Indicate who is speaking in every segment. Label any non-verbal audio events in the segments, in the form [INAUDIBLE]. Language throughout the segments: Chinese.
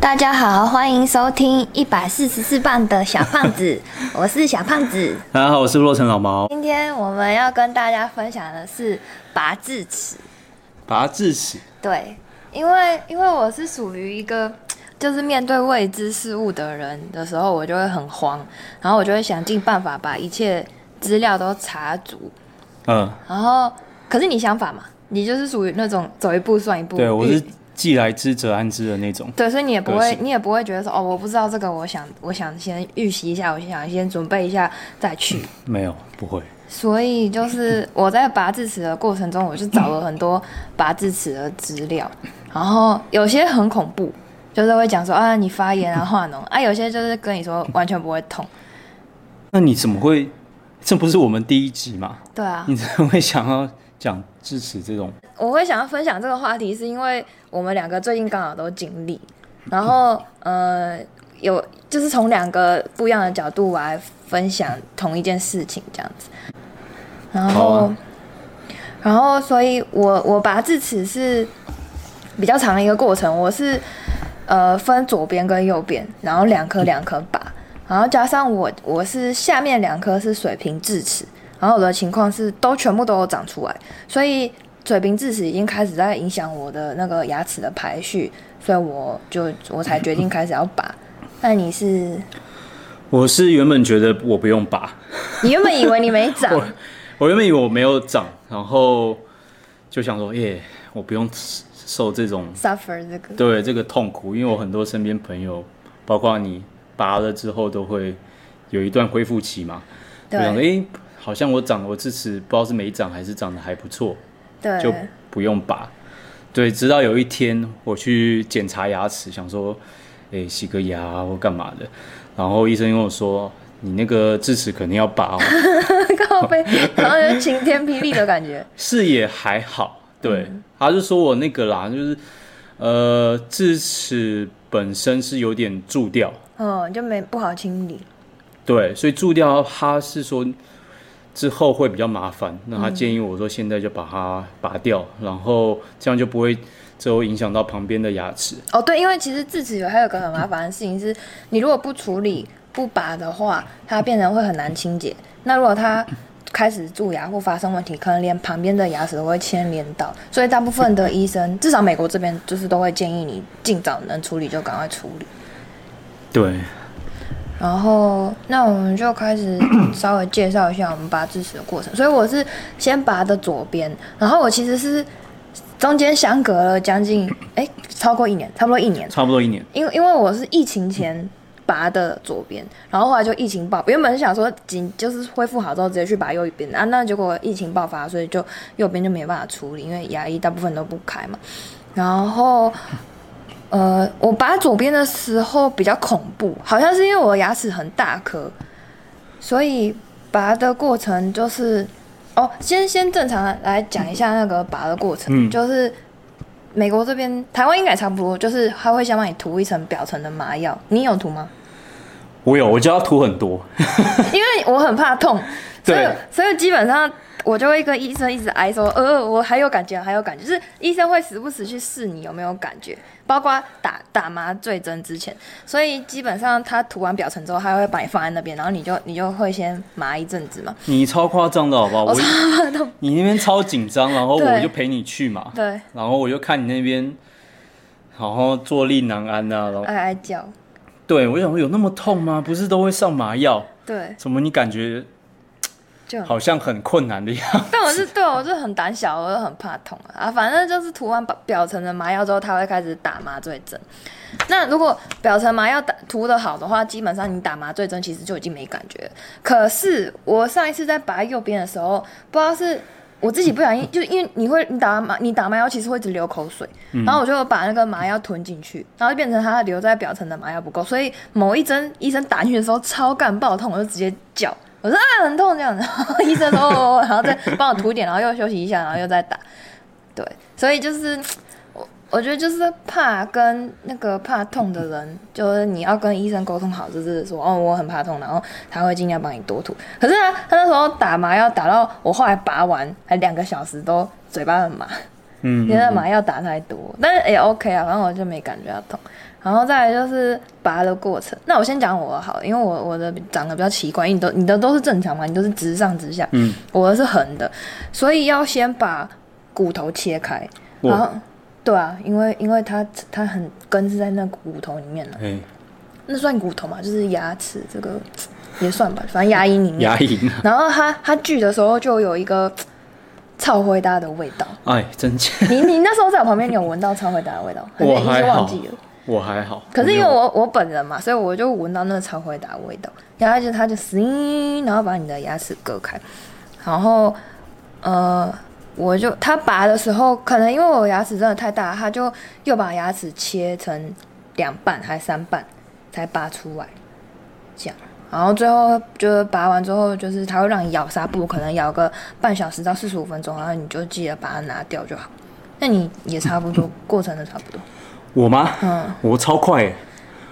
Speaker 1: 大家好，欢迎收听一百四十四磅的小胖子，
Speaker 2: [LAUGHS]
Speaker 1: 我是小胖子。
Speaker 2: 大家好，我是洛城老毛。
Speaker 1: 今天我们要跟大家分享的是拔智齿，
Speaker 2: 拔智齿，
Speaker 1: 对，因为因为我是属于一个就是面对未知事物的人的时候，我就会很慌，然后我就会想尽办法把一切资料都查足，
Speaker 2: 嗯，
Speaker 1: 然后可是你想法嘛，你就是属于那种走一步算一步，
Speaker 2: 对我
Speaker 1: 你
Speaker 2: 是既来之则安之的那种。
Speaker 1: 对，所以你也不
Speaker 2: 个
Speaker 1: 会，
Speaker 2: 性
Speaker 1: 你也不会觉得说，哦，我不知道这个，我想，我想先预习一下，我想先准备一下再去。
Speaker 2: 没有，不会。
Speaker 1: [LAUGHS] 所以就是我在拔智齿的过程中，我就找了很多拔智齿的资料，然后有些很恐怖，就是会讲说啊你发炎啊化脓啊，有些就是跟你说完全不会痛。
Speaker 2: 那你怎么会？这不是我们第一集嘛？
Speaker 1: 对啊，
Speaker 2: 你怎么会想要讲智齿这种？
Speaker 1: 我会想要分享这个话题，是因为我们两个最近刚好都经历，然后
Speaker 2: 嗯
Speaker 1: 呃，有就是从两个不一样的角度来分享同一件事情这样子，然
Speaker 2: 好
Speaker 1: 后、
Speaker 2: 啊
Speaker 1: 然后所以我我拔智齿是比较长的一个过程，我是呃分左边跟右边，然后两颗两颗拔，然后加上我我是下面两颗是水平智齿，然后我的情况是都全部都有长出来，所以水平智齿已经开始在影响我的那个牙齿的排序，所以我就我才决定开始要
Speaker 2: [LAUGHS]
Speaker 1: 拔。那你是
Speaker 2: 我是原本觉得我不用拔，
Speaker 1: 你原本以为你没长，
Speaker 2: [LAUGHS] 我我原本以为我没有长，然后就想说，耶，我不用受这种
Speaker 1: suffer 这个，
Speaker 2: 对这个痛苦，因为我很多身边朋友，包括你拔了之后都会有一段恢复期嘛。就想说，
Speaker 1: 对
Speaker 2: 诶，好像我长我智齿不知道是没长还是长得还不错，就
Speaker 1: 对，
Speaker 2: 不用拔。对，直到有一天我去检查牙齿，想说，诶，洗个牙啊或干嘛的，然后医生跟我说，你那个智齿肯定
Speaker 1: [LAUGHS]
Speaker 2: 要拔、哦，
Speaker 1: [LAUGHS] 靠背，然后就晴天霹雳的感觉。
Speaker 2: 是也还好，对，
Speaker 1: 嗯
Speaker 2: 他就说我那个啦，就是呃智齿本身是有点蛀掉，
Speaker 1: 嗯，就没不好清理。
Speaker 2: 对，所以蛀掉他是说之后会比较麻烦，那他建议我说现在就把它拔掉，然后这样就不会之后影响到旁边的牙齿。
Speaker 1: 哦，对，因为其实智齿有还有个很麻烦的事情是，你如果不处理不拔的话，它变成会很难清洁。那如果它开始蛀牙或发生问题，可能连旁边的牙齿都会牵连到。所以大部分的医生，至少美国这边就是都会建议你尽早能处理就赶快处理。
Speaker 2: 对，
Speaker 1: 然后，那我们就开始稍微介绍一下我们拔智齿的过程。所以我是先拔的左边，然后我其实是中间相隔了将近哎超过一年，差不多一年。
Speaker 2: 差不多一年。
Speaker 1: 因为因为我是疫情前拔的左边，然后后来就疫情爆，原本是想说仅就是恢复好之后直接去拔右边啊，那结果疫情爆发，所以就右边就没办法处理，因为牙医大部分都不开嘛。然后，呃，我拔左边的时候比较恐怖，好像是因为我的牙齿很大颗，所以拔的过程就是，哦，先先正常来讲一下那个拔的过程，
Speaker 2: 嗯
Speaker 1: 就是美国这边，台湾应该也差不多，就是他会先帮你涂一层表层的麻药，你有涂吗？
Speaker 2: 我有，我就要涂很多。
Speaker 1: 因为我很怕痛，所以
Speaker 2: [LAUGHS] 对
Speaker 1: 所以基本上我就会跟医生一直挨说，呃，我还有感觉，还有感觉，就是医生会时不时去试你有没有感觉，包括打打麻醉针之前，所以基本上他涂完表层之后，他会把你放在那边，然后你就你就会先麻一阵子嘛，
Speaker 2: 你超夸张的好不好？我你那边超紧张，然后
Speaker 1: 对
Speaker 2: 我就陪你去嘛。
Speaker 1: 对，
Speaker 2: 然后我就看你那边，然后坐立难安呐、然后
Speaker 1: 哀哀哎叫，
Speaker 2: 对我就想说有那么痛吗？不是都会上麻药，
Speaker 1: 对，
Speaker 2: 怎么你感觉
Speaker 1: 就很
Speaker 2: 好像很困难的样子？
Speaker 1: 但我是对我是很胆小，我就很怕痛啊。啊反正就是涂完表表层的麻药之后，他会开始打麻醉针。那如果表层麻药打涂的好的话，基本上你打麻醉针其实就已经没感觉了。可是我上一次在拔右边的时候，不知道是我自己不小心，就因为你会你打完麻你打麻药其实会一直流口水，然后我就把那个麻药吞进去，然后就变成它留在表层的麻药不够，所以某一针医生打进去的时候超干爆痛，我就直接叫。我说啊，很痛这样子，然 [LAUGHS] 后医生说哦，哦哦然后再帮我涂一点，然后又休息一下，然后又再打。对，所以就是我我觉得就是怕跟那个怕痛的人，就是你要跟医生沟通好，就是说哦我很怕痛，然后他会尽量帮你多涂。可是呢，他那时候打麻药打到我后来拔完还两个小时都嘴巴很麻，
Speaker 2: 嗯
Speaker 1: 因为麻药打太多，但是也 OK 啊，反正我就没感觉到痛。然后再来就是拔的过程。那我先讲我的好了，因为我我的长得比较奇怪，因为你的你的都是正常嘛，你都是直上直下，
Speaker 2: 嗯，
Speaker 1: 我的是横的，所以要先把骨头切开，然后
Speaker 2: 哇，
Speaker 1: 对啊，因为因为它它很根是在那骨头里面了，
Speaker 2: 哎，
Speaker 1: 那算骨头嘛，就是牙齿这个也算吧，反正牙龈里面。
Speaker 2: [LAUGHS] 牙龈啊，
Speaker 1: 然后它它锯的时候就有一个超灰搭的味道。
Speaker 2: 哎，真假？
Speaker 1: 你你那时候在我旁边，你有闻到超回答的味道，还是
Speaker 2: [LAUGHS] 我
Speaker 1: 已
Speaker 2: 还
Speaker 1: 经忘
Speaker 2: 好
Speaker 1: 记了？，
Speaker 2: 我还好。
Speaker 1: 可是因
Speaker 2: 没
Speaker 1: 为
Speaker 2: 有
Speaker 1: 我我本人嘛，所以我就闻到那个超回答的味道，然后它就它就嘶，然后把你的牙齿割开，然后呃，我就他拔的时候，可能因为我牙齿真的太大，他就又把牙齿切成两半还三半才拔出来，这样。然后最后就是拔完之后，就是他会让你咬纱布，可能咬个半小时到四十五分钟，然后你就记得把它拿掉就好。那你也差不多，过程都差不多。
Speaker 2: 我吗？
Speaker 1: 嗯，
Speaker 2: 我超快欸耶，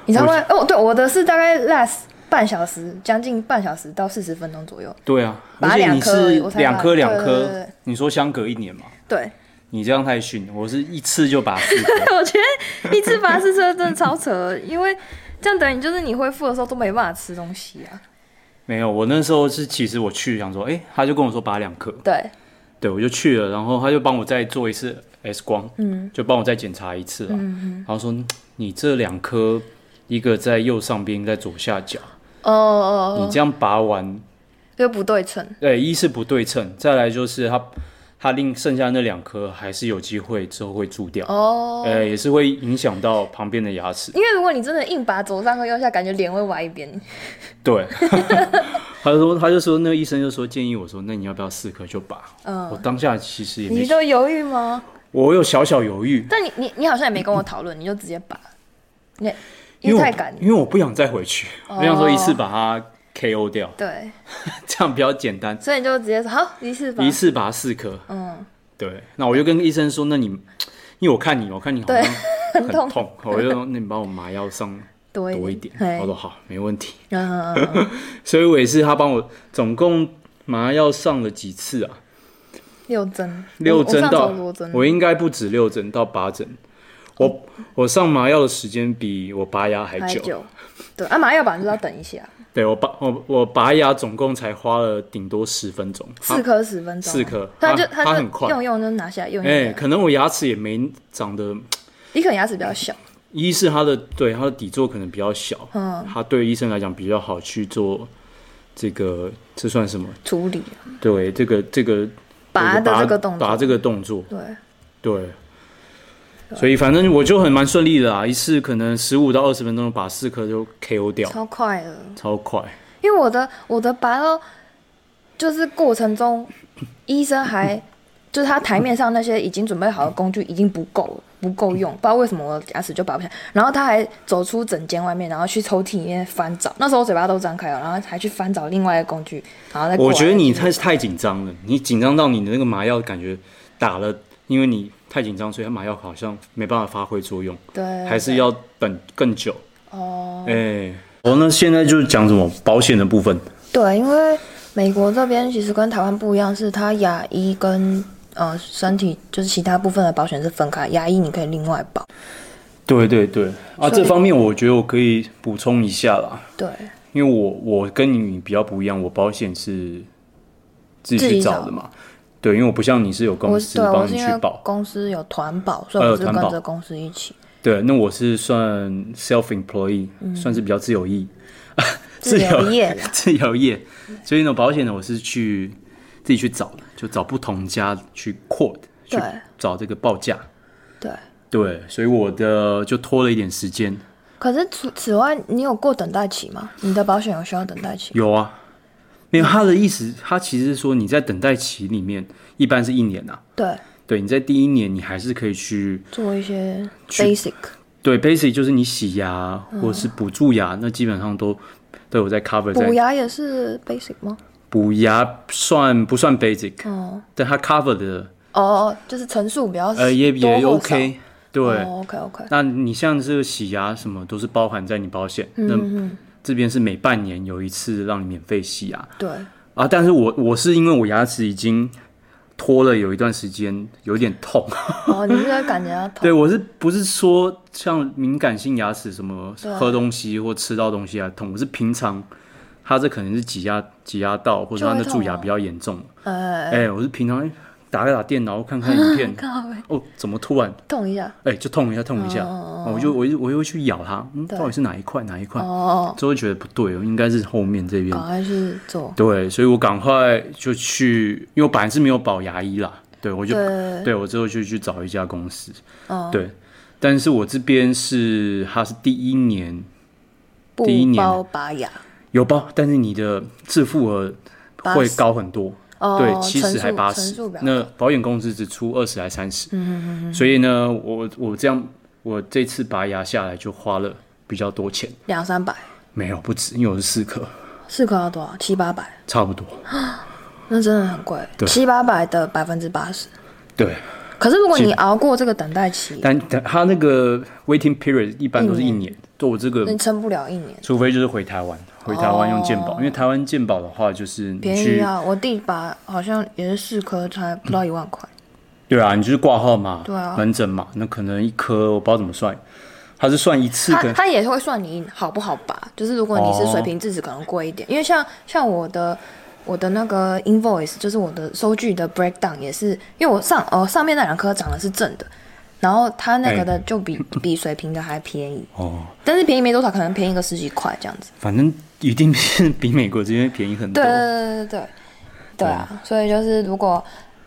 Speaker 1: 你才会哦，对，我的是大概 last 半小时，将近半小时到四十分钟左右。
Speaker 2: 对啊，
Speaker 1: 拔
Speaker 2: 而且
Speaker 1: 两
Speaker 2: 你
Speaker 1: 颗而已
Speaker 2: 是
Speaker 1: 我才拔
Speaker 2: 两颗两
Speaker 1: 对对对
Speaker 2: 颗
Speaker 1: 对，
Speaker 2: 你说相隔一年嘛？
Speaker 1: 对，
Speaker 2: 你这样太逊了，我是一次就拔四颗。
Speaker 1: [LAUGHS] 我觉得一次拔四车真的超扯，因为这样等于就是你恢复的时候都没办法吃东西啊。
Speaker 2: 没有，我那时候是其实我去想说，哎，他就跟我说拔两颗，
Speaker 1: 对，
Speaker 2: 对我就去了，然后他就帮我再做一次 X 光，
Speaker 1: 嗯，
Speaker 2: 就帮我再检查一次啦。然后说嗯你这两颗，一个在右上边，一个在左下角，
Speaker 1: 哦哦
Speaker 2: 你
Speaker 1: 哦，
Speaker 2: 这样拔完，
Speaker 1: 又不对称。
Speaker 2: 对，一是不对称，再来就是它它另剩下那两颗还是有机会之后会蛀掉，
Speaker 1: 哦，
Speaker 2: 呃，也是会影响到旁边的
Speaker 1: [LAUGHS]
Speaker 2: 牙齿。
Speaker 1: 因为如果你真的硬拔左上和右下，感觉脸会歪一边。
Speaker 2: 对， [LAUGHS] 他就说他就说那个医生就说建议我说，那你要不要四颗就拔？
Speaker 1: 嗯
Speaker 2: 我当下其实也
Speaker 1: 你
Speaker 2: 没，
Speaker 1: 就犹豫吗？
Speaker 2: 我有小小犹豫，
Speaker 1: 但你你你好像也没跟我讨论，你就直接拔，你因
Speaker 2: 因为
Speaker 1: 为
Speaker 2: 我
Speaker 1: 太赶。
Speaker 2: 因为我不想再回去，
Speaker 1: 哦
Speaker 2: 我想说一次把它 KO 掉， [LAUGHS]
Speaker 1: 对，
Speaker 2: 这样比较简单。
Speaker 1: 所以你就直接说好一次拔
Speaker 2: 一。次拔四颗，
Speaker 1: 嗯，
Speaker 2: 对。那我就跟医生说，那你，因为我看你，我看你好像很
Speaker 1: 很痛
Speaker 2: 痛，我就说 [LAUGHS] 那你帮我麻药上
Speaker 1: 多
Speaker 2: 多一
Speaker 1: 一
Speaker 2: 点。
Speaker 1: 哎嘿
Speaker 2: 他说好，没问题。
Speaker 1: 嗯嗯嗯嗯
Speaker 2: 所以我也是，他帮我总共麻药上了几次啊？
Speaker 1: 六针，
Speaker 2: 六针
Speaker 1: 我
Speaker 2: 到
Speaker 1: 我上周多针，哦
Speaker 2: 我应该不止六针到八针。我我上麻药的时间比我拔牙还
Speaker 1: 还
Speaker 2: 久，
Speaker 1: 久。对，啊，麻药板就是要等一下，
Speaker 2: 对我拔我我拔牙总共才花了顶多十分钟，啊
Speaker 1: 四颗十分钟，啊
Speaker 2: 四颗
Speaker 1: 他就就
Speaker 2: 它它很快
Speaker 1: 用用就拿下来，用
Speaker 2: 啊
Speaker 1: 用
Speaker 2: 哎、
Speaker 1: 拿下来。
Speaker 2: 可能我牙齿也没长得，嗯
Speaker 1: 你可能牙齿比较小，
Speaker 2: 一是它的对它的底座可能比较小，
Speaker 1: 嗯，
Speaker 2: 它对医生来讲比较好去做这个这算什么？
Speaker 1: 处理
Speaker 2: 对，这个这个
Speaker 1: 拔的这个动
Speaker 2: 拔
Speaker 1: 作，
Speaker 2: 这个动作，
Speaker 1: 对，
Speaker 2: 对，所以反正我就很蛮顺利的啊，一次可能十五到二十分钟把四颗就 KO 掉，
Speaker 1: 超快的。
Speaker 2: 超快。
Speaker 1: 因为我的我的拔到就是过程中，医生还就是他台面上那些已经准备好的工具已经不够了，不够用，不知道为什么我的牙齿就拔不下来。然后他还走出整间外面，然后去抽屉里面翻找，那时候我嘴巴都张开了，然后还去翻找另外的工具，然后再过
Speaker 2: 我
Speaker 1: 来
Speaker 2: 觉得你
Speaker 1: 继续
Speaker 2: 太太紧张了，你紧张到你的那个麻药感觉打了，因为你太紧张，所以它麻药好像没办法发挥作用，
Speaker 1: 对
Speaker 2: 还是要等更久。
Speaker 1: 哦，
Speaker 2: 哎、哦，那现在就是讲什么保险的部分。
Speaker 1: 对，因为美国这边其实跟台湾不一样，是它牙医跟呃身体就是其他部分的保险是分开，牙医你可以另外保。
Speaker 2: 对对对，
Speaker 1: 所
Speaker 2: 啊，
Speaker 1: 以
Speaker 2: 这方面我觉得我可以补充一下啦，
Speaker 1: 对，
Speaker 2: 因为我我跟你比较不一样，我保险是自己
Speaker 1: 自己
Speaker 2: 去找
Speaker 1: 找
Speaker 2: 的嘛。对，因为我不像你是有
Speaker 1: 我
Speaker 2: 公司
Speaker 1: 对啊我
Speaker 2: 帮
Speaker 1: 是
Speaker 2: 你
Speaker 1: 因
Speaker 2: 去
Speaker 1: 为
Speaker 2: 保。
Speaker 1: 公司有团保，所以我
Speaker 2: 呃
Speaker 1: 是
Speaker 2: 团
Speaker 1: 跟
Speaker 2: 保
Speaker 1: 着公司一起
Speaker 2: 对，那我是算 self employee，、算是比较自由业，
Speaker 1: 嗯 [LAUGHS] 自由业啦。
Speaker 2: [LAUGHS] 自由业。所以呢，保险呢，我是去自己去找的，就找不同家去 quote，去
Speaker 1: 对
Speaker 2: 找这个报价。
Speaker 1: 对，
Speaker 2: 对，所以我的就拖了一点时间。
Speaker 1: 可是除此外，你有过等待期吗？你的保险有需要等待期？
Speaker 2: 有啊，没有他的意思，他其实是说你在等待期里面，一般是一年啊。
Speaker 1: 对，
Speaker 2: 对，你在第一年你还是可以去
Speaker 1: 做一些 basic。
Speaker 2: 对 basic，就是你洗牙
Speaker 1: 嗯
Speaker 2: 或是补蛀牙，那基本上都都有在 cover 在
Speaker 1: 补牙也是 basic 吗？
Speaker 2: 补牙算不算 basic？
Speaker 1: 哦
Speaker 2: 但它 cover 的
Speaker 1: 哦哦，就是层数比较
Speaker 2: 呃也
Speaker 1: 多或
Speaker 2: 也
Speaker 1: 少
Speaker 2: OK，对。
Speaker 1: 哦，OK OK，
Speaker 2: 那你像这个洗牙什么都是包含在你保险，
Speaker 1: 嗯
Speaker 2: 那这边是每半年有一次让你免费洗牙
Speaker 1: 对，
Speaker 2: 啊。但是我我是因为我牙齿已经拖了有一段时间，有点痛。
Speaker 1: 哦，你是会感觉到痛。
Speaker 2: 对我是不是说像敏感性牙齿什么
Speaker 1: 对
Speaker 2: 喝东西或吃到东西啊痛？我是平常它这可能是挤压挤压到，或者它的
Speaker 1: 就会
Speaker 2: 蛀
Speaker 1: 痛
Speaker 2: 牙
Speaker 1: 哦
Speaker 2: 比较严重。
Speaker 1: 呃，，
Speaker 2: 哎、我是平常哎打一打电脑看看影
Speaker 1: [LAUGHS]
Speaker 2: 片
Speaker 1: 靠背，
Speaker 2: 哦，怎么突然
Speaker 1: 痛一下。
Speaker 2: 哎、就痛一下痛一下，
Speaker 1: 哦
Speaker 2: 我就我就我又去咬它，嗯，
Speaker 1: 对
Speaker 2: 到底是哪一块哪一块？
Speaker 1: 哦，
Speaker 2: 之后觉得不对，应该是后面这边。
Speaker 1: 赶快去做。
Speaker 2: 对，所以我赶快就去，因为我本来是没有保牙医啦，对我就
Speaker 1: 对，
Speaker 2: 对我之后就去找一家公司，
Speaker 1: 哦，
Speaker 2: 对，但是我这边是它是第一年
Speaker 1: 不
Speaker 2: 第一年
Speaker 1: 包拔牙。
Speaker 2: 有包，但是你的自付额会
Speaker 1: 80
Speaker 2: 高很多，
Speaker 1: 哦，
Speaker 2: 对，七
Speaker 1: 乘
Speaker 2: 十
Speaker 1: 数
Speaker 2: 还八
Speaker 1: 乘
Speaker 2: 十
Speaker 1: 数比，较
Speaker 2: 那保险公司只出二十还三十，嗯嗯嗯，所以呢，我我这样我这次拔牙下来就花了比较多钱，
Speaker 1: 两三百，
Speaker 2: 没有不止，因为我是四颗，
Speaker 1: 四颗要多少？七八百，
Speaker 2: 差不多，
Speaker 1: 那真的很贵。
Speaker 2: 对
Speaker 1: 七八百的百分之八十。
Speaker 2: 对，
Speaker 1: 可是如果你熬过这个等待期，
Speaker 2: 但但它那个 waiting period 一般都是一年，对我这个
Speaker 1: 那你撑不了一年。
Speaker 2: 除非就是回台湾，回台湾用健保，
Speaker 1: 哦
Speaker 2: 因为台湾健保的话就是你
Speaker 1: 便宜
Speaker 2: 去，
Speaker 1: 啊！我弟拔好像也是四颗，才不到一万块。
Speaker 2: 对啊，你就是挂号嘛，
Speaker 1: 对啊
Speaker 2: 门诊嘛，那可能一颗我不知道怎么算，它是算一次
Speaker 1: 他
Speaker 2: 跟
Speaker 1: 他也会算你好不好拔，就是如果你是水平智齿，可能贵一点。因为像像我的我的那个 invoice，就是我的收据的 breakdown 也是，因为我上呃上面那两颗长的是正的，然后他那个的就比、比水平的还便宜，
Speaker 2: 哦，
Speaker 1: 但是便宜没多少，可能便宜个十几块这样子。
Speaker 2: 反正一定是比美国这边便宜很多
Speaker 1: 对。对对对对对啊！所以就是如果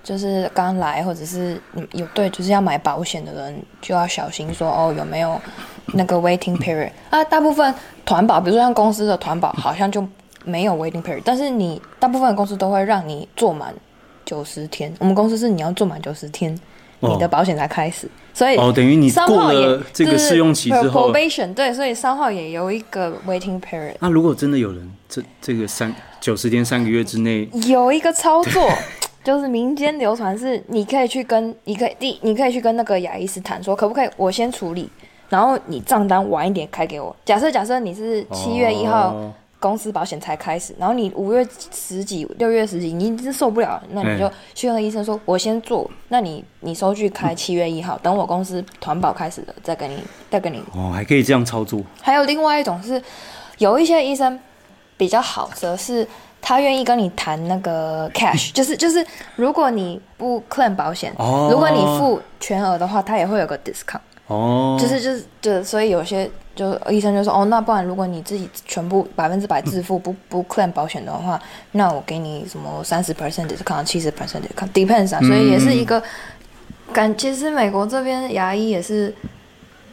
Speaker 1: 就是刚来或者是你有对就是要买保险的人，就要小心说哦有没有那个 waiting period 啊。大部分团保，比如说像公司的团保，好像就没有 waiting period，但是你大部分的公司都会让你做满九十天。我们公司是你要做满九十天。你的
Speaker 2: 哦
Speaker 1: 保险才开始，所以
Speaker 2: 哦等于你
Speaker 1: 商
Speaker 2: 过
Speaker 1: 号也
Speaker 2: 了这个
Speaker 1: 对对
Speaker 2: 试用期之后
Speaker 1: probation 对，所以三号也有一个 waiting period。
Speaker 2: 那如果真的有人这这个三九十天三个月之内，
Speaker 1: 有一个操作， [LAUGHS] 就是民间流传是，你可以去跟，你可以第，你可以去跟那个牙医师谈说，可不可以我先处理，然后你账单晚一点开给我。假设假设你是七月一号
Speaker 2: 哦
Speaker 1: 公司保险才开始，然后你五月十几、六月十几，你已经受不了了，那你就去跟医生说，我先做，那你你收据开七月一号，等我公司团保开始了再跟你再跟你
Speaker 2: 哦，还可以这样操作，
Speaker 1: 还有另外一种是，有一些医生比较好的是，他愿意跟你谈那个
Speaker 2: [LAUGHS]
Speaker 1: cash，就是就是如果你不 claim 保险，
Speaker 2: 哦
Speaker 1: 如果你付全额的话，他也会有个 discount，、
Speaker 2: 哦，
Speaker 1: 就是就是就所以有些就医生就说哦，那不然如果你自己全部百分之百自付不不 claim 保险的话，那我给你什么三十 percent discount、七十 percent discount，depends 啊，所
Speaker 2: 嗯
Speaker 1: 以也是一个感，其实美国这边牙医也是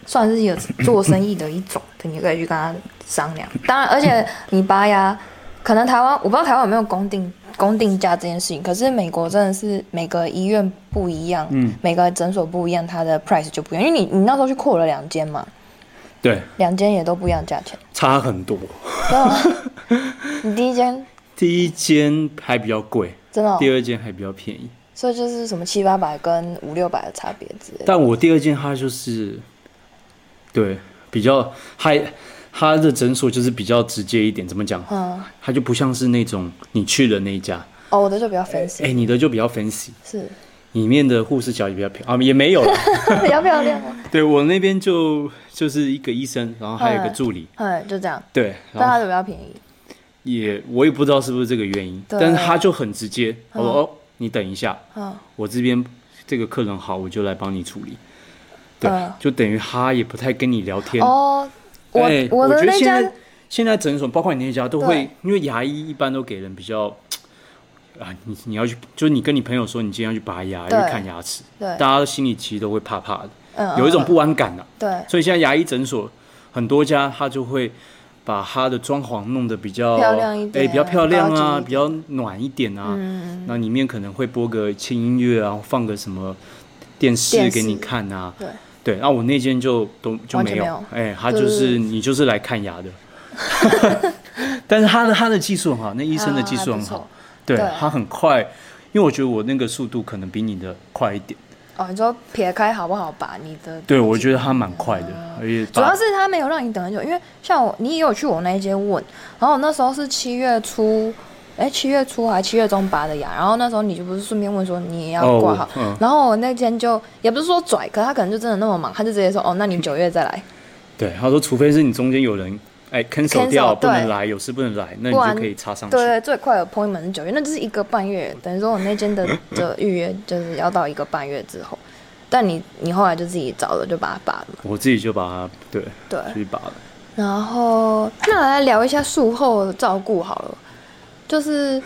Speaker 1: 算是有做生意的一种，对，你可以去跟他商量。当然，而且你拔牙，可能台湾我不知道台湾有没有公定公定价这件事情，可是美国真的是每个医院不一样，
Speaker 2: 嗯
Speaker 1: 每个诊所不一样，它的 price 就不一样。因为你你那时候去扩了两间嘛，
Speaker 2: 对，
Speaker 1: 两间也都不一样价钱。
Speaker 2: 差很多。
Speaker 1: 真的
Speaker 2: [LAUGHS]
Speaker 1: 吗？你第一间
Speaker 2: 第一间还比较贵，
Speaker 1: 真的哦、
Speaker 2: 第二间还比较便宜。
Speaker 1: 所以就是什么七八百跟五六百的差别之类的。
Speaker 2: 但我第二间它就是，对，比较还它的诊所就是比较直接一点，怎么讲？
Speaker 1: 嗯，
Speaker 2: 它就不像是那种你去了那一家，
Speaker 1: 哦，我的就比较 fancy，、
Speaker 2: 哎、你的就比较 fancy，
Speaker 1: 是
Speaker 2: 里面的护士小姐比较漂啊，也没
Speaker 1: [LAUGHS]
Speaker 2: 有了。
Speaker 1: 比较漂亮啊。
Speaker 2: 对我那边就就是一个医生，然后还有一个
Speaker 1: 嗯
Speaker 2: 助理，
Speaker 1: 哎，就这样，
Speaker 2: 对，
Speaker 1: 但
Speaker 2: 然后
Speaker 1: 它就比较便宜。
Speaker 2: 也我也不知道是不是这个原因，
Speaker 1: 对
Speaker 2: 但是他就很直接，我说哦，你等一下，
Speaker 1: 嗯，
Speaker 2: 我这边这个客人好，我就来帮你处理。对，
Speaker 1: 嗯
Speaker 2: 就等于他也不太跟你聊天。
Speaker 1: 哦，我、
Speaker 2: 嗯哎
Speaker 1: 我的
Speaker 2: 觉得
Speaker 1: 那
Speaker 2: 现
Speaker 1: 家
Speaker 2: 在现在诊所，包括你那家，都会
Speaker 1: 对
Speaker 2: 因为牙医一般都给人比较啊，你你要去，就是你跟你朋友说你今天要去拔牙，要
Speaker 1: 对
Speaker 2: 去看牙齿，
Speaker 1: 对
Speaker 2: 大家心里其实都会怕怕的，
Speaker 1: 嗯
Speaker 2: 有一种
Speaker 1: 嗯
Speaker 2: 不安感的、啊。
Speaker 1: 对
Speaker 2: 所以现在牙医诊所很多家，他就会把他的装潢弄得比较
Speaker 1: 漂亮一点
Speaker 2: 哎比较漂亮啊，
Speaker 1: 高级嗯
Speaker 2: 比较暖一点啊。那里面可能会播个轻音乐啊，放个什么电视
Speaker 1: 电视
Speaker 2: 给你看啊。
Speaker 1: 对，
Speaker 2: 对，那、我那间就都就
Speaker 1: 完
Speaker 2: 没
Speaker 1: 全
Speaker 2: 有
Speaker 1: 没有，
Speaker 2: 哎，他
Speaker 1: 对
Speaker 2: 就
Speaker 1: 对
Speaker 2: 是你就是来看牙的。
Speaker 1: [LAUGHS]
Speaker 2: 但是他的他的技术很好，那医生的技术很好，
Speaker 1: 啊
Speaker 2: 对
Speaker 1: 对
Speaker 2: 他很快，因为我觉得我那个速度可能比你的快一点，
Speaker 1: 还不错哦，你说撇开好不好吧？你的
Speaker 2: 对我觉得他蛮快的，而且
Speaker 1: 啊主
Speaker 2: 把
Speaker 1: 要是他没有让你等很久，因为像我，你也有去我那一间问，然后我那时候是七月初，哎、哎、七月初还七月中拔的牙，然后那时候你就不是顺便问说你也要
Speaker 2: 哦
Speaker 1: 挂号，
Speaker 2: 我嗯
Speaker 1: 然后我那天就也不是说拽，可他可能就真的那么忙，他就直接说哦，那你九月再来，
Speaker 2: 对，他说除非是你中间有人哎 cancel
Speaker 1: cancel，
Speaker 2: 掉，不能
Speaker 1: 对
Speaker 2: 来，有事不能来，那你
Speaker 1: 不然
Speaker 2: 就可以插上去。
Speaker 1: 对对，最快的 appointment 是九月，那就是一个半月，等于说我那间的的预约就是要到一个半月之后，但你你后来就自己找了就把它拔了嘛，
Speaker 2: 我自己就把它对
Speaker 1: 对，
Speaker 2: 去拔了。
Speaker 1: 然后那来聊一下术后的照顾好了，就是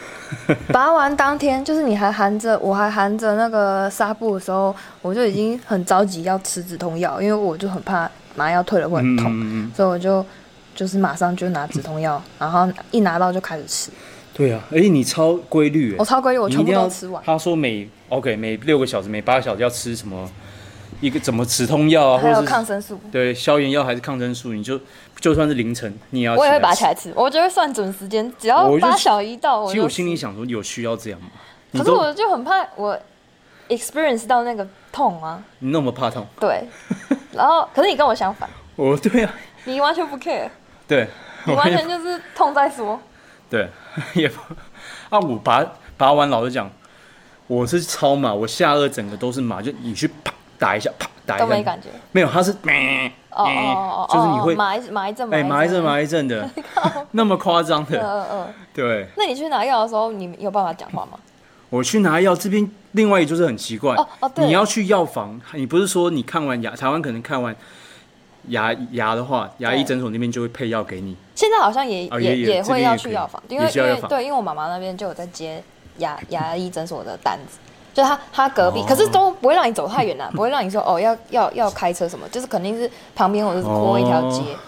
Speaker 1: 拔完当天，就是你还含着，我还含着那个纱布的时候，我就已经很着急要吃止痛药，因为我就很怕麻药退了会很
Speaker 2: 嗯，
Speaker 1: 痛，
Speaker 2: 嗯嗯
Speaker 1: 所以我就就是马上就拿止痛药，然后一拿到就开始
Speaker 2: [LAUGHS]
Speaker 1: 吃，
Speaker 2: 对啊，而且你超规律欸，
Speaker 1: 我超规律，我
Speaker 2: 你
Speaker 1: 全
Speaker 2: 一
Speaker 1: 部
Speaker 2: 定
Speaker 1: 都
Speaker 2: 要
Speaker 1: 吃完。
Speaker 2: 他说每 OK 每六个小时、每八个小时要吃什么一个怎么止痛药啊，
Speaker 1: 还
Speaker 2: 或
Speaker 1: 有
Speaker 2: 者
Speaker 1: 抗
Speaker 2: 是
Speaker 1: 生素，
Speaker 2: 对消炎药还是抗生素，你就就算是凌晨你也要。
Speaker 1: 我也会拔起。来吃，我就会算准时间，只要
Speaker 2: 我就
Speaker 1: 八小一到，我
Speaker 2: 其
Speaker 1: 就
Speaker 2: 实我
Speaker 1: 吃
Speaker 2: 心里想说，有需要这样吗？你
Speaker 1: 可是
Speaker 2: 都
Speaker 1: 我就很怕我 experience 到那个痛啊。
Speaker 2: 你那么怕痛，
Speaker 1: 对，然后可是你跟我相反，
Speaker 2: 我对啊，
Speaker 1: 你完全不
Speaker 2: [LAUGHS]
Speaker 1: care，
Speaker 2: 对，
Speaker 1: 你
Speaker 2: 我
Speaker 1: 完
Speaker 2: 也
Speaker 1: 全就是痛再说。
Speaker 2: 对， [LAUGHS] 也不啊，我拔拔完，老实讲，我是超麻，我下颚整个都是麻，就你去啪打一下，啪打一下，
Speaker 1: 都没感觉
Speaker 2: 没有，它是咩
Speaker 1: 哦哦哦哦，
Speaker 2: 就是你会
Speaker 1: 哦麻一麻一阵，
Speaker 2: 哎麻一阵
Speaker 1: 一
Speaker 2: 麻一阵的， [LAUGHS] 那么夸张
Speaker 1: 阵。嗯
Speaker 2: 的，
Speaker 1: 嗯嗯，
Speaker 2: 对
Speaker 1: 那你去拿药的时候，你有办法讲话吗？
Speaker 2: 我去拿药这边。另外一个就是很奇怪，
Speaker 1: 哦哦对
Speaker 2: 你要去药房，你不是说你看完牙，台湾可能看完牙牙的话，牙医
Speaker 1: 对
Speaker 2: 诊所那边就会配药给你，
Speaker 1: 现在好像也
Speaker 2: 哦
Speaker 1: 也
Speaker 2: 也也
Speaker 1: 也
Speaker 2: 这
Speaker 1: 会
Speaker 2: 边
Speaker 1: 要
Speaker 2: 也
Speaker 1: 去
Speaker 2: 可以
Speaker 1: 药房，因
Speaker 2: 也
Speaker 1: 为
Speaker 2: 需
Speaker 1: 因
Speaker 2: 要
Speaker 1: 为
Speaker 2: 药房
Speaker 1: 对，因为我妈妈那边就有在接牙牙医诊所的单子。就他他隔壁，
Speaker 2: 哦
Speaker 1: 可是都不会让你走太远啦，不会让你说哦要要要开车什么，就是肯定是旁边或者是过一条街，
Speaker 2: 哦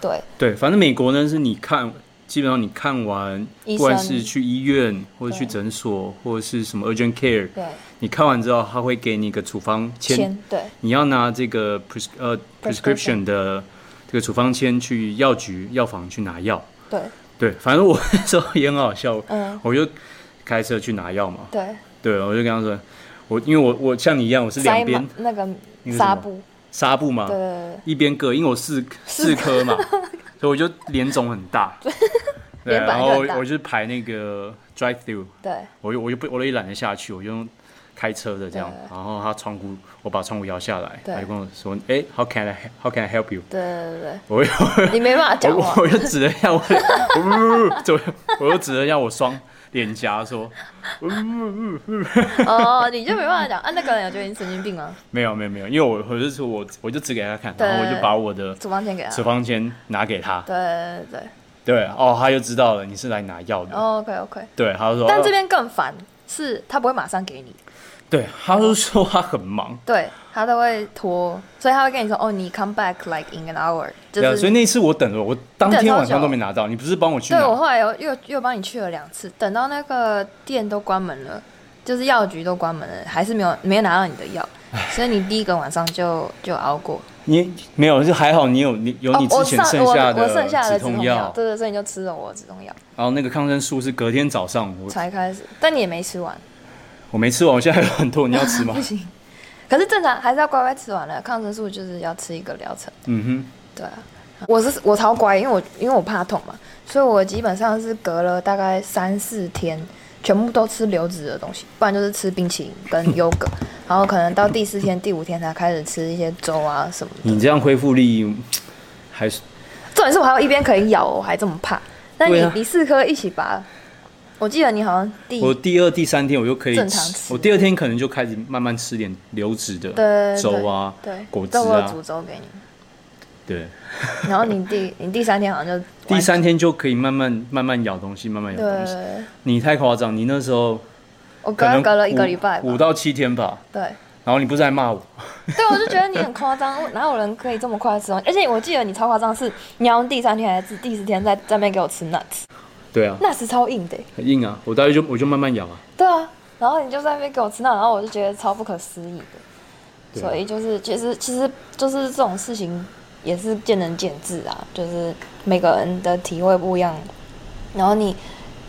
Speaker 1: 对，
Speaker 2: 对，反正美国呢是你看，基本上你看完，
Speaker 1: 医
Speaker 2: 不管
Speaker 1: 生
Speaker 2: 是去医院或者去
Speaker 1: 对
Speaker 2: 诊所或者是什么 urgent care，
Speaker 1: 对
Speaker 2: 你看完之后他会给你一个处方签，
Speaker 1: 签对
Speaker 2: 你要拿这个 pres 呃
Speaker 1: Prescription
Speaker 2: prescription 的这个处方签去药局药房去拿药。
Speaker 1: 对
Speaker 2: 对，反正我那时候也很好笑，
Speaker 1: [LAUGHS] 嗯
Speaker 2: 我就开车去拿药嘛，
Speaker 1: 对，
Speaker 2: 对，我就跟他说，我因为我我像你一样，我是两
Speaker 1: 塞满
Speaker 2: 边
Speaker 1: 那个
Speaker 2: 那个什
Speaker 1: 纱
Speaker 2: 么啊
Speaker 1: 布，
Speaker 2: 纱布嘛，
Speaker 1: 对对对对。
Speaker 2: 一边各，因为我四四颗嘛，所以我就脸肿很大。对，
Speaker 1: [LAUGHS] 脸本来
Speaker 2: 然
Speaker 1: 就
Speaker 2: 后
Speaker 1: 很大
Speaker 2: 我就排那个 drive through，
Speaker 1: 对，
Speaker 2: 我就我就不我就一懒得下去，我就用开车的这样
Speaker 1: 对。
Speaker 2: 然后他窗户，我把窗户摇下来，
Speaker 1: 对
Speaker 2: 他就跟我说：“哎、h o w can I how can I help you？”
Speaker 1: 对对对
Speaker 2: 我又
Speaker 1: 对，你没办法讲
Speaker 2: 我
Speaker 1: 话，
Speaker 2: 我又指了一下我，我左右我又指了一下我双脸颊说
Speaker 1: [LAUGHS] 哦，你就没办法讲啊。那个人有觉得你神经病吗？：“
Speaker 2: 没有没有没有，因为我我就说我我就指给他看，
Speaker 1: 对啊
Speaker 2: 然后我就把我的
Speaker 1: 处方签给他。
Speaker 2: 处方签拿给他。
Speaker 1: 对对对
Speaker 2: 对，哦，他就知道了你是来拿药的。
Speaker 1: 对、o k OK。
Speaker 2: 对，他就说，
Speaker 1: 哦但这
Speaker 2: 哦
Speaker 1: 边更烦，是他不会马上给你，
Speaker 2: 对，他就说他很忙，
Speaker 1: 对他都会拖，所以他会跟你说，哦，你 come back like in an hour，就
Speaker 2: 对啊，所以
Speaker 1: 是。
Speaker 2: 那一次我等了，我当
Speaker 1: 你等
Speaker 2: 天
Speaker 1: 多
Speaker 2: 晚上
Speaker 1: 久
Speaker 2: 都没拿到。你不是帮我去
Speaker 1: 对，我
Speaker 2: 拿？
Speaker 1: 后来又又又帮你去了两次，等到那个店都关门了，就是药局都关门了，还是没有没有拿到你的药，所以你第一个晚上就就熬过。
Speaker 2: 你没有，就还好，你有你有
Speaker 1: 哦
Speaker 2: 你，
Speaker 1: 我
Speaker 2: 之前
Speaker 1: 上
Speaker 2: 剩
Speaker 1: 我
Speaker 2: 下
Speaker 1: 我剩下的
Speaker 2: 止
Speaker 1: 止痛
Speaker 2: 痛
Speaker 1: 药
Speaker 2: 药，，
Speaker 1: 对对，所以你就吃了我的止痛药。
Speaker 2: 然后那个抗生素是隔天早上我
Speaker 1: 才开始，但你也没吃完，
Speaker 2: 我没吃完，我现在还有很多，你要吃吗
Speaker 1: [LAUGHS] 不？行。可是正常还是要乖乖吃完了，抗生素就是要吃一个疗程。
Speaker 2: 嗯
Speaker 1: 对啊，我是我超乖，因为我因为我怕痛嘛，所以我基本上是隔了大概三四天，全部都吃流质的东西，不然就是吃冰淇淋
Speaker 2: [LAUGHS]
Speaker 1: 跟优格，然后可能到第四天、第五天才开始吃一些粥啊什么
Speaker 2: 哼，
Speaker 1: 的。
Speaker 2: 你这样恢复力还是
Speaker 1: 重点是我还有一边可以咬，我还这么怕。那你、
Speaker 2: 对啊
Speaker 1: 你四颗一起拔，我记得你好像第
Speaker 2: 我第二、第三天我就可以
Speaker 1: 正常吃
Speaker 2: 我第二天可能就开始慢慢吃点流质的
Speaker 1: 对
Speaker 2: 粥啊
Speaker 1: 对、
Speaker 2: 果汁
Speaker 1: 都我有
Speaker 2: 啊
Speaker 1: 煮，粥给你。
Speaker 2: 对，
Speaker 1: 然后你第你第三天好像就
Speaker 2: 第三天就可以慢慢慢慢咬东西，慢慢咬东西。
Speaker 1: 对，
Speaker 2: 你太夸张，你那时候
Speaker 1: 我隔
Speaker 2: 可能
Speaker 1: 隔了一个
Speaker 2: 五
Speaker 1: 礼拜吧
Speaker 2: 五到七天吧。
Speaker 1: 对。
Speaker 2: 然后你不是还骂我？
Speaker 1: 对，我就觉得你很夸张，哪有人可以这么快吃东西？而且我记得你超夸张，是你好像第三天还是第四天在在那边给我吃 nuts，nuts
Speaker 2: 对啊，
Speaker 1: 超硬的欸、
Speaker 2: 很硬啊，我大概就我就慢慢咬啊。
Speaker 1: 对啊，然后你就在那边给我吃 nuts，然后我就觉得超不可思议的。
Speaker 2: 对啊
Speaker 1: 所以就是，其实其实就是这种事情也是见仁见智啊，就是每个人的体会不一样。然后你，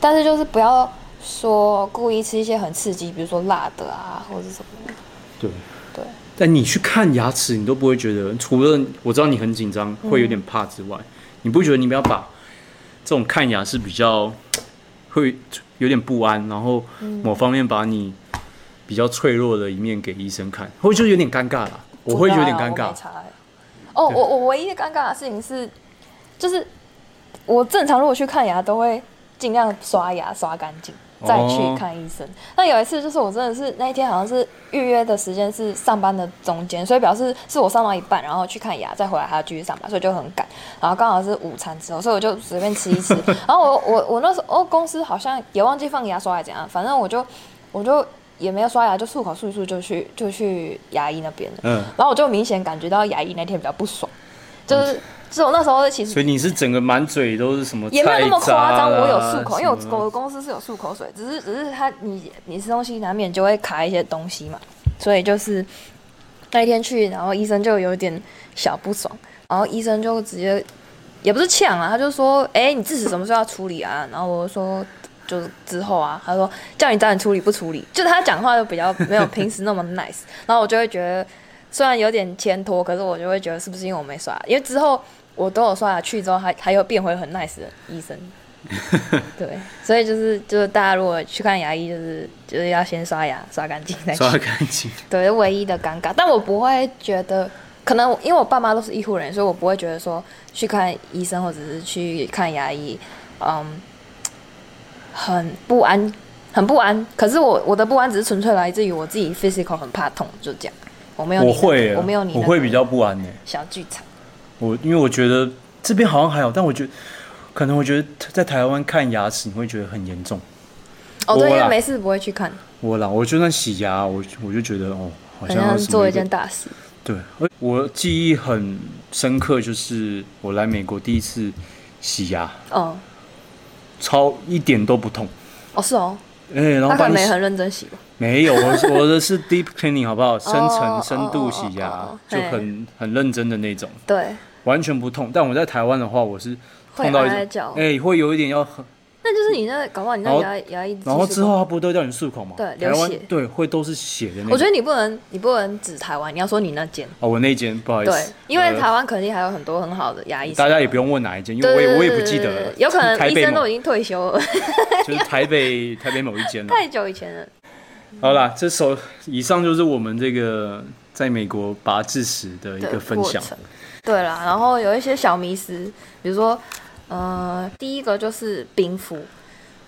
Speaker 1: 但是就是不要说故意吃一些很刺激，比如说辣的啊，或者什么的。
Speaker 2: 对，
Speaker 1: 对，
Speaker 2: 但你去看牙齿，你都不会觉得，除了我知道你很紧张，
Speaker 1: 嗯
Speaker 2: 会有点怕之外，你不觉得你不要把这种看牙是比较会有点不安，然后
Speaker 1: 嗯
Speaker 2: 某方面把你比较脆弱的一面给医生看，会就是有点尴尬啦，我会有点尴
Speaker 1: 啊我
Speaker 2: 尬
Speaker 1: 没。查欸哦，
Speaker 2: 对
Speaker 1: 我我唯一的尴尬的事情是，就是我正常如果去看牙都会尽量刷牙刷干净。再去
Speaker 2: 哦
Speaker 1: 看医生。那有一次就是我真的是那一天好像是预约的时间是上班的中间，所以表示是我上到一半，然后去看牙，再回来还要继续上班，所以就很赶。然后刚好是午餐之后，所以我就随便吃一
Speaker 2: [LAUGHS]
Speaker 1: 吃。然后我我我那时候、哦、公司好像也忘记放牙刷还是怎样，反正我就我就也没有刷牙，就漱口漱一漱就去就去牙医那边了。
Speaker 2: 嗯，
Speaker 1: 然后我就明显感觉到牙医那天比较不爽，就是就是我那时候其
Speaker 2: 嗯所
Speaker 1: 实
Speaker 2: 以你是整个满嘴都是什么？啊
Speaker 1: 也没有那么夸张，我有漱口，因为
Speaker 2: 什
Speaker 1: 我
Speaker 2: 么
Speaker 1: 我的公司是有漱口水，只是只是它你你吃东西难免就会卡一些东西嘛，所以就是那一天去，然后医生就有点小不爽，然后医生就直接也不是呛啊，他就说，哎、你智齿什么时候要处理啊？然后我就说。就是之后啊，他说叫你早点处理不处理，就是他讲话就比较没有平时那么 nice，然后我就会觉得虽然有点牵拖，可是我就会觉得是不是因为我没刷牙？因为之后我都有刷牙去之后，还还有变回很 nice 的医生。对，所以就是就是大家如果去看牙医，就是就是要先刷牙刷干净再去。
Speaker 2: 刷干净。
Speaker 1: 对，唯一的尴尬，但我不会觉得，可能因为我爸妈都是医护人员，所以我不会觉得说去看医生或者是去看牙医，嗯，很不安，很不安。可是我我的不安只是纯粹来自于我自己 physical 很怕痛，就这样。我没有你
Speaker 2: 我
Speaker 1: 那个
Speaker 2: 会耶，
Speaker 1: 我没有你那
Speaker 2: 我
Speaker 1: 个
Speaker 2: 会比较不安呢。
Speaker 1: 小剧场。
Speaker 2: 我因为我觉得这边好像还好，但我觉得可能我觉得在台湾看牙齿你会觉得很严重。
Speaker 1: 哦，对，
Speaker 2: 我
Speaker 1: 因
Speaker 2: 啦
Speaker 1: 为没事不会去看，
Speaker 2: 我啦，我就算洗牙，我我就觉得哦，
Speaker 1: 好
Speaker 2: 好像要
Speaker 1: 像
Speaker 2: 什么
Speaker 1: 做一
Speaker 2: 一个
Speaker 1: 件大事。
Speaker 2: 对，而我记忆很深刻，就是我来美国第一次洗牙，
Speaker 1: 哦
Speaker 2: 超一点都不痛。
Speaker 1: 哦是哦，
Speaker 2: 哎、然
Speaker 1: 他
Speaker 2: 后
Speaker 1: 可
Speaker 2: 帮
Speaker 1: 能
Speaker 2: 你
Speaker 1: 没
Speaker 2: 洗
Speaker 1: 很认真洗吧。
Speaker 2: 没有，我是我的是 deep cleaning 好不好？深层深度洗
Speaker 1: 哦哦哦
Speaker 2: 牙
Speaker 1: 哦，
Speaker 2: 就很很认真的那种，
Speaker 1: 对，
Speaker 2: 完全不痛。但我在台湾的话，我是
Speaker 1: 会
Speaker 2: 痛到
Speaker 1: 挨
Speaker 2: 一
Speaker 1: 挨
Speaker 2: 种
Speaker 1: 脚，
Speaker 2: 哎、会有一点要很
Speaker 1: 那就是你那搞不好你那
Speaker 2: 然后
Speaker 1: 牙牙医技术不
Speaker 2: 然
Speaker 1: 好，
Speaker 2: 后之后他不是都叫你漱口吗？
Speaker 1: 对
Speaker 2: 台
Speaker 1: 流
Speaker 2: 湾
Speaker 1: 血
Speaker 2: 对会都是血的那种。
Speaker 1: 我觉得你不能，你不能指台湾，你要说你那间。
Speaker 2: 哦，我那一间不好意思，
Speaker 1: 对，因为
Speaker 2: 呃
Speaker 1: 台湾肯定还有很多很好的牙医生。
Speaker 2: 大家也不用问哪一间，因
Speaker 1: 对，
Speaker 2: 为我
Speaker 1: 对
Speaker 2: 也我也不记得
Speaker 1: 对对
Speaker 2: 了，
Speaker 1: 对有可能
Speaker 2: 台
Speaker 1: 医
Speaker 2: 北
Speaker 1: 生都
Speaker 2: 某
Speaker 1: 已经退休了， [LAUGHS]
Speaker 2: 就是台北台北某一间了。
Speaker 1: 太久以前了。
Speaker 2: 好啦，这首以上就是我们这个在美国拔智齿的一
Speaker 1: 的
Speaker 2: 个分
Speaker 1: 过
Speaker 2: 享。
Speaker 1: 程对啦，然后有一些小迷思，比如说，呃，第一个就是冰敷，
Speaker 2: 嗯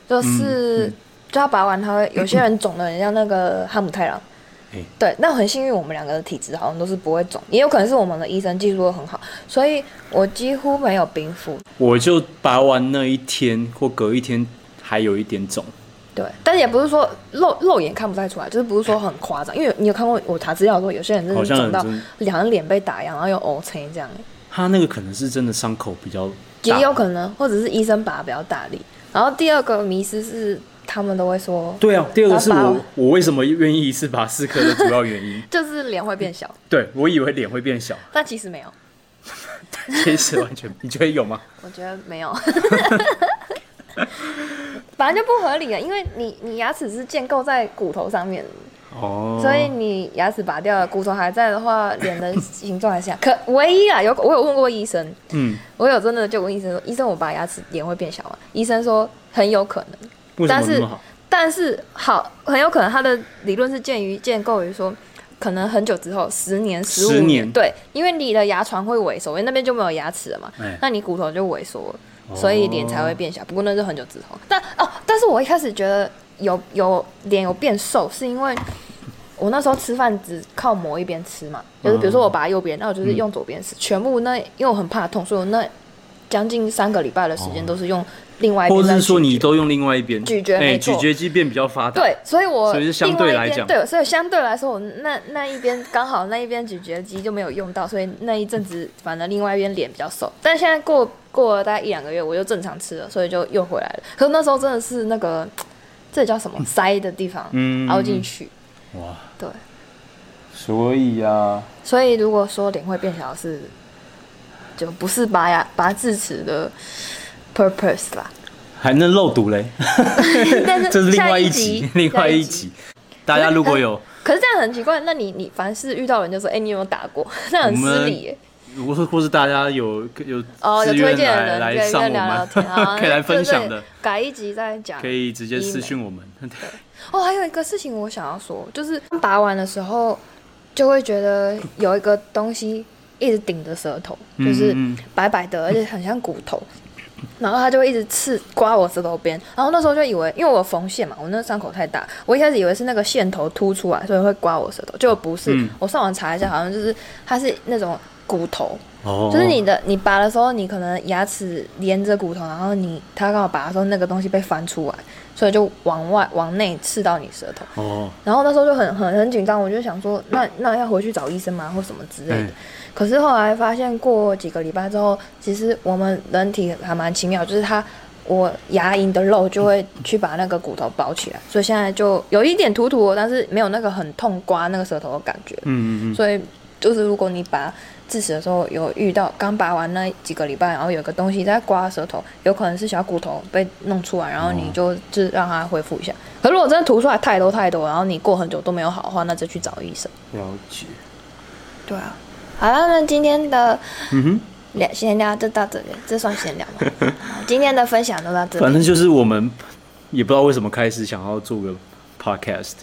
Speaker 1: 就是、就要拔完它会，有些人肿的很像那个哈姆太郎。
Speaker 2: [LAUGHS] 哎
Speaker 1: 对，那很幸运，我们两个的体质好像都是不会肿，也有可能是我们的医生技术都很好，所以我几乎没有冰敷，
Speaker 2: 我就拔完那一天或隔一天还有一点肿，
Speaker 1: 对，但是也不是说肉肉眼看不太出来，就是不是说很夸张，因为你有看过我查资料说有些人真的
Speaker 2: 好像
Speaker 1: 肿
Speaker 2: 很
Speaker 1: 到
Speaker 2: 真。
Speaker 1: 两人脸被打样，然后又 O 成这样，
Speaker 2: 他那个可能是真的伤口比较大，
Speaker 1: 也有可能，或者是医生拔得比较大力。然后第二个迷思是，他们都会说，
Speaker 2: 对啊，第二个是
Speaker 1: 拔。
Speaker 2: 我我为什么愿意一次拔四颗的主要原因
Speaker 1: 就是脸会变小，
Speaker 2: 对我以为脸会变小，
Speaker 1: 但其实没有，
Speaker 2: [LAUGHS] 其实完全，你觉得有吗？
Speaker 1: 我觉得
Speaker 2: [LAUGHS]
Speaker 1: 没有，反正就不合理啊，因为你你牙齿是建构在骨头上面的，
Speaker 2: 哦
Speaker 1: 所以你牙齿拔掉了，骨头还在的话，脸的形状还是这样。可唯一啊，有我有问过医生，
Speaker 2: 嗯，
Speaker 1: 我有真的就问医生说，医生我拔牙齿脸会变小吗？医生说很有可能，
Speaker 2: 为什
Speaker 1: 但
Speaker 2: 么
Speaker 1: 是
Speaker 2: 那么好？
Speaker 1: 但是好很有可能他的理论是建于建构于说。可能很久之后，十年、十五
Speaker 2: 10
Speaker 1: 年，
Speaker 2: 年
Speaker 1: 对，因为你的牙床会萎缩，因为那边就没有牙齿了嘛，
Speaker 2: 哎
Speaker 1: 那你骨头就萎缩了，所以脸才会变小。不过那是很久之后。但哦，但是我一开始觉得有有脸有变瘦，是因为我那时候吃饭只靠某一边吃嘛，就是比如说我拔右边，那我就是用左边吃，全部那因为我很怕痛，所以我那将近三个礼拜的时间都是用另外一边
Speaker 2: 哦或
Speaker 1: 在咀嚼。
Speaker 2: 者是说你都用另外一边
Speaker 1: 咀嚼
Speaker 2: 哎
Speaker 1: 没错
Speaker 2: 咀嚼肌变比较发达，
Speaker 1: 对，，所以我
Speaker 2: 所以是相
Speaker 1: 另外
Speaker 2: 对
Speaker 1: 一
Speaker 2: 来
Speaker 1: 边
Speaker 2: 讲
Speaker 1: 对，所以相对来说，我那那一边刚好那一边咀嚼肌就没有用到，所以那一阵子反正另外一边脸比较瘦。但现在过过了大概一两个月，我又正常吃了，所以就又回来了。可是那时候真的是那个这叫什么塞的地方
Speaker 2: 嗯
Speaker 1: 凹进去，
Speaker 2: 哇，
Speaker 1: 对。
Speaker 2: 所以啊，
Speaker 1: 所以如果说脸会变小是，就不是拔牙拔智齿的 purpose 啦。 [LAUGHS]
Speaker 2: 还能漏毒嘞，
Speaker 1: 但是
Speaker 2: [LAUGHS] 这是另
Speaker 1: 下
Speaker 2: 外
Speaker 1: 一
Speaker 2: 集
Speaker 1: 集，
Speaker 2: [LAUGHS] 另
Speaker 1: 下
Speaker 2: 外
Speaker 1: 一
Speaker 2: 一集。大家如果
Speaker 1: [LAUGHS]
Speaker 2: 有
Speaker 1: 呃 [LAUGHS] 可是这样很奇怪，那你你凡是遇到人就说，哎、你有没有打过？那很失礼耶。
Speaker 2: 或是或是大家有有
Speaker 1: 哦，有推
Speaker 2: 自愿
Speaker 1: 荐的
Speaker 2: 来
Speaker 1: 人
Speaker 2: 来
Speaker 1: 愿意
Speaker 2: 上我
Speaker 1: 跟聊聊
Speaker 2: 们
Speaker 1: 天，
Speaker 2: [LAUGHS]
Speaker 1: 哦好，
Speaker 2: 可以来分享
Speaker 1: 对
Speaker 2: 的
Speaker 1: 对，改一集再讲
Speaker 2: 可。以直接
Speaker 1: 医
Speaker 2: 私
Speaker 1: 美
Speaker 2: 讯我们。 [LAUGHS]
Speaker 1: 哦，还有一个事情我想要说，就是拔完的时候就会觉得有一个东西一直顶着舌头，就是
Speaker 2: 嗯嗯
Speaker 1: 白白的，而且很像骨头。然后它就会一直刺刮我舌头边，然后那时候就以为，因为我有缝线嘛，我那伤口太大，我一开始以为是那个线头凸出来，所以会刮我舌头，结果不是。
Speaker 2: 嗯
Speaker 1: 我上网查一下，好像就是它是那种骨头，
Speaker 2: 哦
Speaker 1: 就是你的，你拔的时候，你可能牙齿连着骨头，然后你他刚好拔的时候，那个东西被翻出来，所以就往外往内刺到你舌头。
Speaker 2: 哦，
Speaker 1: 然后那时候就很很很紧张，我就想说，那那要回去找医生吗，或什么之类的
Speaker 2: 嗯。
Speaker 1: 可是后来发现，过几个礼拜之后，其实我们人体还蛮奇妙，就是它我牙龈的肉就会去把那个骨头包起来，所以现在就有一点突突，但是没有那个很痛刮那个舌头的感觉。
Speaker 2: 嗯嗯嗯，
Speaker 1: 所以就是如果你拔智齿的时候有遇到刚拔完那几个礼拜，然后有个东西在刮舌头，有可能是小骨头被弄出来，然后你就就让它恢复一下。可如果真的凸出来太多太多，然后你过很久都没有好的话，那就去找医生。
Speaker 2: 了解。
Speaker 1: 对啊，好了，那今天的
Speaker 2: 嗯哼。
Speaker 1: 聊闲聊就到这里，这算闲聊
Speaker 2: [LAUGHS]
Speaker 1: 吗？好今天的分享就到这
Speaker 2: 反
Speaker 1: 里，
Speaker 2: 正就是我们也不知道为什么开始想要做个 podcast，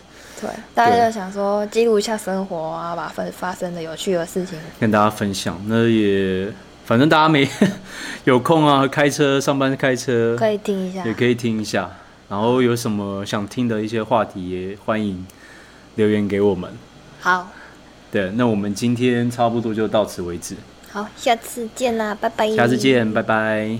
Speaker 1: 对，大家就想说记录一下生活啊，把发发生的有趣的事情
Speaker 2: 跟大家分享。那也反正大家没 [LAUGHS] 有空啊，开车上班开车
Speaker 1: 可以啊听一下
Speaker 2: 也。可以听一下。然后有什么想听的一些话题，也欢迎留言给我们。
Speaker 1: 好，
Speaker 2: 对，那我们今天差不多就到此为止，
Speaker 1: 好，下次见啦，拜拜。
Speaker 2: 下次见，拜拜。